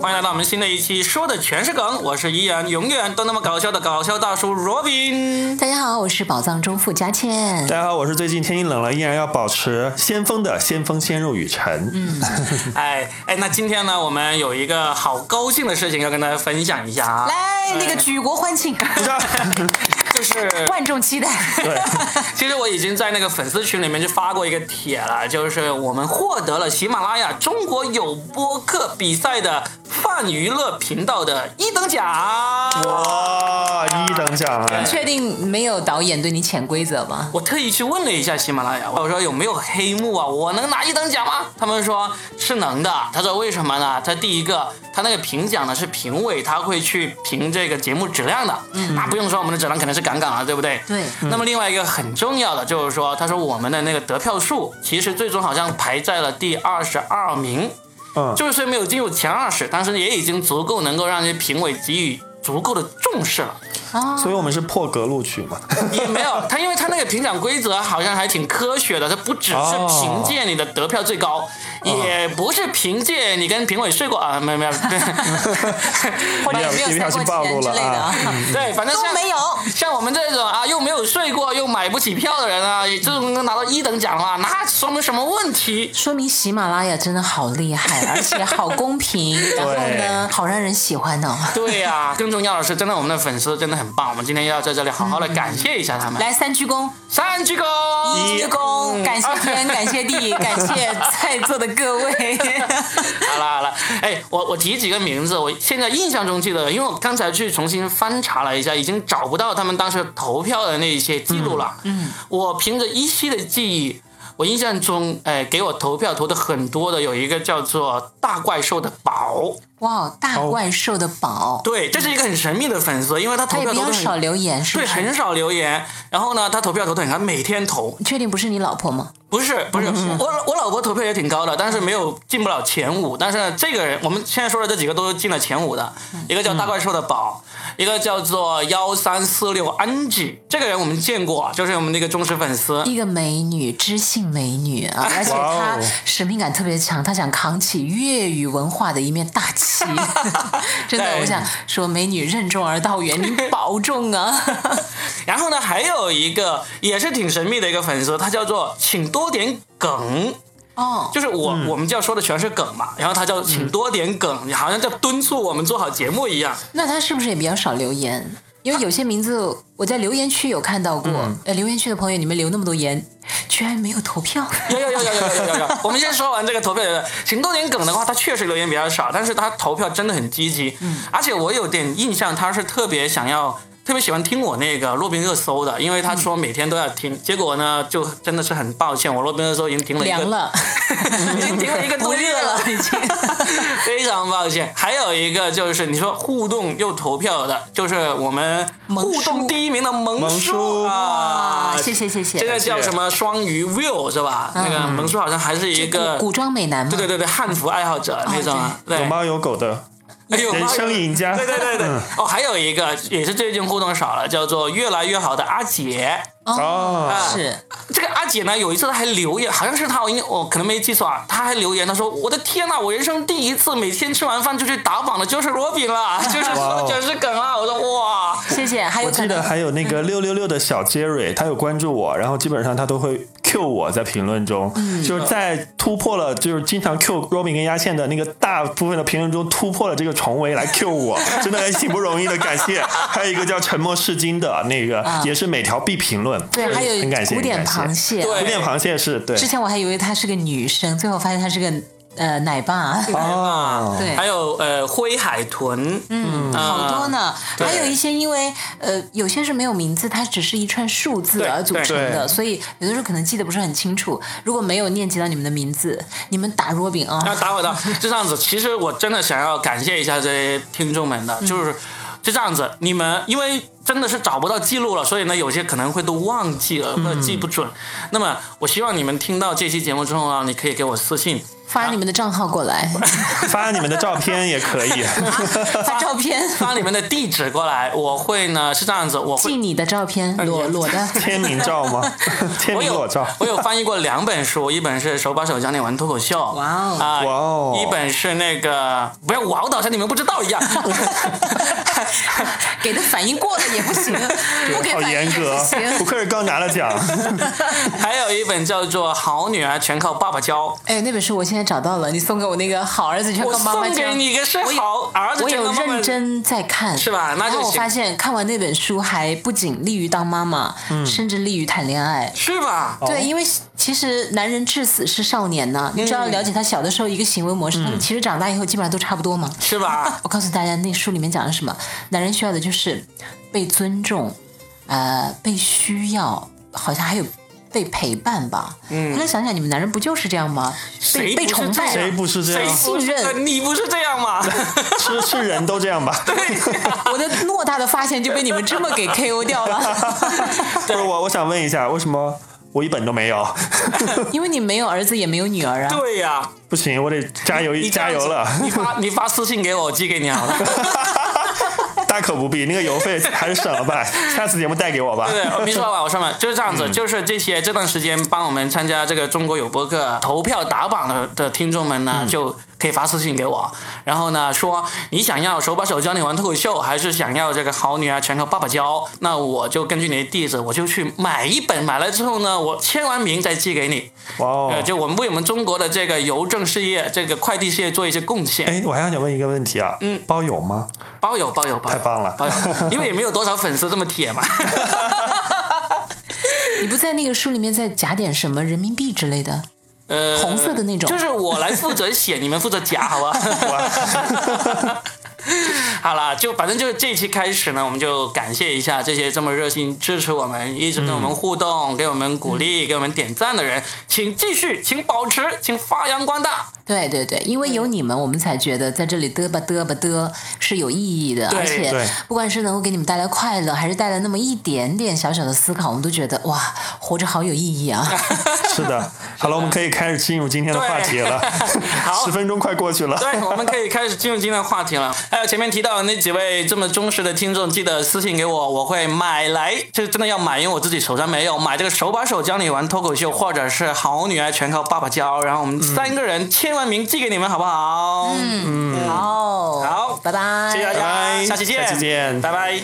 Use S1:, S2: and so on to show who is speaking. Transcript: S1: 欢迎来到我们新的一期，说的全是梗，我是依然永远都那么搞笑的搞笑大叔 Robin。
S2: 大家好，我是宝藏中富佳倩。
S3: 大家好，我是最近天气冷了，依然要保持先锋的先锋鲜肉雨辰。嗯，
S1: 哎哎，那今天呢，我们有一个好高兴的事情要跟大家分享一下啊，
S2: 来，那个举国欢庆，
S1: 就是
S2: 万众期待。
S3: 对，
S1: 其实我已经在那个粉丝群里面就发过一个帖了，就是我们获得了喜马拉雅中国有播客比赛的泛娱乐频道的一等奖。
S3: 哇，一等奖哎，
S2: 确定没有导演对你潜规则吗？
S1: 我特意去问了一下喜马拉雅，我说有没有黑幕啊？我能拿一等奖吗？他们说是能的。他说为什么呢？他第一个，他那个评奖呢是评委他会去评这个节目质量的，那不用说我们的质量肯定是杠杠啊，对不对？
S2: 对
S1: 那么另外一个很重要的就是说，他说我们的那个得票数其实最终好像排在了第二十二名，
S3: 嗯，
S1: 就是虽然没有进入前二十，但是也已经足够能够让这些评委给予足够的重视了。
S2: 啊，
S3: 所以我们是破格录取嘛。
S1: 也没有，他因为他那个评奖规则好像还挺科学的，他不只是凭借你的得票最高，也不是凭借你跟评委睡过啊，没有没有，
S2: 或者
S3: 你
S2: 有没
S3: 不
S2: 有
S3: 小你
S2: 塞
S3: 不小
S2: 过
S3: 心暴
S2: 钱
S3: 露
S2: 之
S3: 了
S2: 类的
S3: 啊
S2: 啊？
S1: 对，反正
S2: 都
S1: 像
S2: 没有。
S1: 像我们这种啊，又没有睡过，又买不起票的人啊，这种能拿到一等奖的话，那说明什么问题？
S2: 说明喜马拉雅真的好厉害，而且好公平，然后呢，好让人喜欢哦。
S1: 对呀、更重要的是，真的我们的粉丝真的很棒，我们今天要在这里好好的感谢一下他们。
S2: 来三鞠躬，
S1: 三鞠躬，
S2: 一鞠躬，感谢天，感谢地，感谢在座的各位。
S1: 好了好了，哎，我我提几个名字，我现在印象中记得，因为我刚才去重新翻查了一下，已经找不到他们当时投票的那些记录了。嗯，我凭着依稀的记忆，我印象中，哎，给我投票投的很多的有一个叫做大怪兽的宝，
S2: 哇，大怪兽的宝，
S1: 对，这是一个很神秘的粉丝，因为他投
S2: 他也
S1: 票
S2: 比
S1: 投
S2: 较
S1: 的
S2: 少留言，是不
S1: 对，
S2: 是？
S1: 很少留言。然后呢，他投票投的很高，每天投，
S2: 你确定不是你老婆吗？
S1: 不是哦不是，我我老婆投票也挺高的，但是没有进不了前五。但是呢这个人，我们现在说的这几个都是进了前五的，一个叫大怪兽的宝，一个叫做幺三四六 Angie，这个人我们见过，就是我们那个忠实粉丝。
S2: 一个美女，知性美女啊，而且
S3: 哇
S2: 她
S3: 哦
S2: 使命感特别强，她想扛起粤语文化的一面大 旗。真的，
S1: 对
S2: 我想说，美女任重而道远，你保 重啊！
S1: 然后呢，还有一个也是挺神秘的一个粉丝，他叫做请多点梗。
S2: 哦，
S1: 就是我、我们就要说的全是梗嘛，然后他叫请多点梗，好像在敦促我们做好节目一样。
S2: 那她是不是也比较少留言？因为有些名字我在留言区有看到过，
S1: 嗯
S2: 呃，留言区的朋友，你们留那么多言，居然没有投票。
S1: 有有有有有有有 有！我们先说完这个投票的行动点梗的话，他确实留言比较少，但是他投票真的很积极。嗯，而且我有点印象，他是特别想要。特别喜欢听我那个洛宾热搜的，因为他说每天都要听，结果呢，就真的是很抱歉，我洛宾热搜已经停了一
S2: 凉
S1: 个，
S2: 了，
S1: 已经停了一个
S2: 不
S1: 多月
S2: 热了， 已经。
S1: 非常抱歉。还有一个就是你说互动又投票的，就是我们
S2: 萌叔
S1: 互动第一名的萌
S3: 萌
S1: 叔
S3: 叔
S1: 啊
S2: 啊，，谢谢谢谢。
S1: 这个叫什么双鱼 Will 是吧？那个萌叔好像还是一个
S2: 古古装美男嘛，
S1: 对对对对，汉服爱好者那种啊，对
S3: 有，猫有狗的
S1: 哎呦
S3: 人生赢家。
S1: 对对对对
S3: 嗯，
S1: 哦，还有一个也是最近互动少了，叫做越来越好的阿姐。
S2: 哦
S1: 啊，
S2: 是。
S1: 这个阿姐呢，有一次她还留言，好像是她，我应我可能没记错啊，她还留言，她说：“我的天呐，我人生第一次每天吃完饭就去打榜的，就是罗宾了，就是
S3: 哇
S1: 说
S3: 哦
S1: 全是梗啊！”我说：“哇，
S2: 谢谢，还有
S3: 我
S2: 可
S3: 记得
S2: 能
S3: 还有 那个六六六的小 Jerry，他有关注我，然后基本上他都会 Q 我在评论中，
S2: 嗯
S3: 就是在突破了就是经常 Q Robin 跟压线的那个大部分的评论中突破了这个重围来 Q 我，真的还挺不容易的，感谢。还有一个叫沉默是金的那个，也是每条必评论，
S2: 啊对，还有
S3: 很感谢，
S2: 古典
S3: 很感
S2: 螃
S3: 谢，
S2: 蟹。
S1: 对
S3: 古典螃蟹是对
S2: 之前我还以为她是个女生，最后发现她是个呃奶爸，
S3: 哦，
S2: 对，
S1: 还有呃灰海豚，嗯，
S2: 好多呢。
S1: 对
S2: 还有一些因为呃有些是没有名字，它只是一串数字
S1: 对
S2: 而组成
S3: 对
S2: 的，
S3: 对
S2: 所以有的时候可能记得不是很清楚。如果没有念及到你们的名字，你们打若饼
S1: 那
S2: 啊，
S1: 打我的，就这样子。其实我真的想要感谢一下这些听众们的，就是就这样子。你们因为真的是找不到记录了，所以呢，有些可能会都忘记了或者记不准。那么我希望你们听到这期节目之后呢，你可以给我私信。
S2: 发你们的账号过来，
S3: 发你们的照片也 可以。
S2: 发照片，
S1: 发你们的地址过来，我会呢是这样子，我会
S2: 寄你的照片，裸裸的。
S3: 签名照吗？签
S1: 我
S3: 名
S1: 有
S3: 裸照。
S1: 我有翻译过两本书，一本是《手把手教你玩脱口秀》，
S2: 哇哦
S1: 啊
S3: 哇哦
S1: 一本是那个不要哇哦到像你们不知道一样，
S2: 给的反应过了也不行，不给
S3: 好
S2: 反应
S3: 严
S2: 也
S3: 格啊
S2: 不，
S3: 不
S2: 行。
S3: 愧是刚拿了 奖。
S1: 还有一本叫做《好女儿全靠爸爸教》，
S2: 哎，那本书我现在找到了，你送给我那个好儿子全
S1: 我
S2: 靠妈妈
S1: 送
S2: 教
S1: 给。你个是
S2: 我有
S1: 好儿子
S2: 我
S1: 全
S2: 有
S1: 靠妈妈
S2: 认真在看，
S1: 是吧那就
S2: 然后我
S1: 行
S2: 发现看完那本书，还不仅利于当妈妈，
S1: 嗯
S2: 甚至利于谈恋爱。
S1: 是吧？
S2: 对，因为其实男人至死是少年呢，
S1: 嗯
S2: 你只要了解他小的时候一个行为模式，他们其实长大以后基本上都差不多嘛。
S1: 是 吧？
S2: 我告诉大家，那书里面讲的是什么？男人需要的就是被尊重，呃，被需要，好像还有被陪伴吧。嗯，后来想想，你们男人不就是这样吗？
S1: 谁
S2: 被
S1: 不
S2: 被
S1: 是
S2: 崇
S1: 这样
S2: 拜，
S3: 谁不是这
S1: 谁
S3: 样？
S2: 信任
S1: 不是你不是这样吗？
S3: 是是人都这样吧？
S2: 我的偌大的发现就被你们这么给 KO 掉了，
S3: 不是我，我想问一下，为什么我一本都没有？
S2: 因为你没有儿子也没有女儿啊。
S1: 对呀、
S3: 不行，我得加油
S1: 你这
S3: 加
S1: 样
S3: 油
S1: 子
S3: 了。
S1: 你发你发私信给我，我寄给你好了。
S3: 大可不必，那个邮费还是省了吧。下次节目带给我吧。
S1: 对，我明说吧，我说嘛，就是这样子，
S3: 嗯
S1: 就是这些这段时间帮我们参加这个中国有播客投票打榜的的听众们
S3: 嗯
S1: 呢，就可以发私信给我，然后呢说你想要手把手教你玩脱口秀，还是想要这个好女儿全靠爸爸教，那我就根据你的地址，我就去买一本，买了之后呢，我签完名再寄给你，
S3: 哇
S1: 呃，
S3: 哦！
S1: 就我们为我们中国的这个邮政事业、这个快递事业做一些贡献。
S3: 哎，我还想问一个问题啊，嗯，包邮吗？
S1: 包邮，包邮，包邮，
S3: 太棒了
S1: 包邮，因为也没有多少粉丝这么铁嘛。
S2: 你不在那个书里面再加点什么人民币之类的？
S1: 呃，
S2: 红色的那种
S1: 就是我来负责写，你们负责夹，好 吧？好了，就反正就是这一期开始呢，我们就感谢一下这些这么热心支持我们、一直跟我们互动、给我们鼓励、给我们点赞的人，请继续，请保持，请发扬光大。
S2: 对对对，因为
S1: 嗯
S2: 有你们，我们才觉得在这里嘚吧嘚吧嘚是有意义的，
S1: 对
S2: 而且
S3: 对
S2: 不管是能够给你们带来快乐，还是带来那么一点点小小的思考，我们都觉得哇，活着好有意义啊！
S3: 是 的。好了，我们可以开始进入今天的话题了。
S1: 好
S3: 十分钟快过去了。
S1: 对，我们可以开始进入今天的话题了。还有前面提到的那几位这么忠实的听众，记得私信给我，我会买来，这真的要买，因为我自己手上没有买这个手把手教你玩脱口秀，或者是《好女儿全靠爸爸教》，然后我们三个人签完名寄给你们，好不好？嗯，
S2: 嗯，好，
S1: 好
S2: 拜拜，
S1: 谢谢大
S3: 拜
S1: 家，
S3: 拜
S1: 下期见，
S3: 下期见
S1: 拜拜。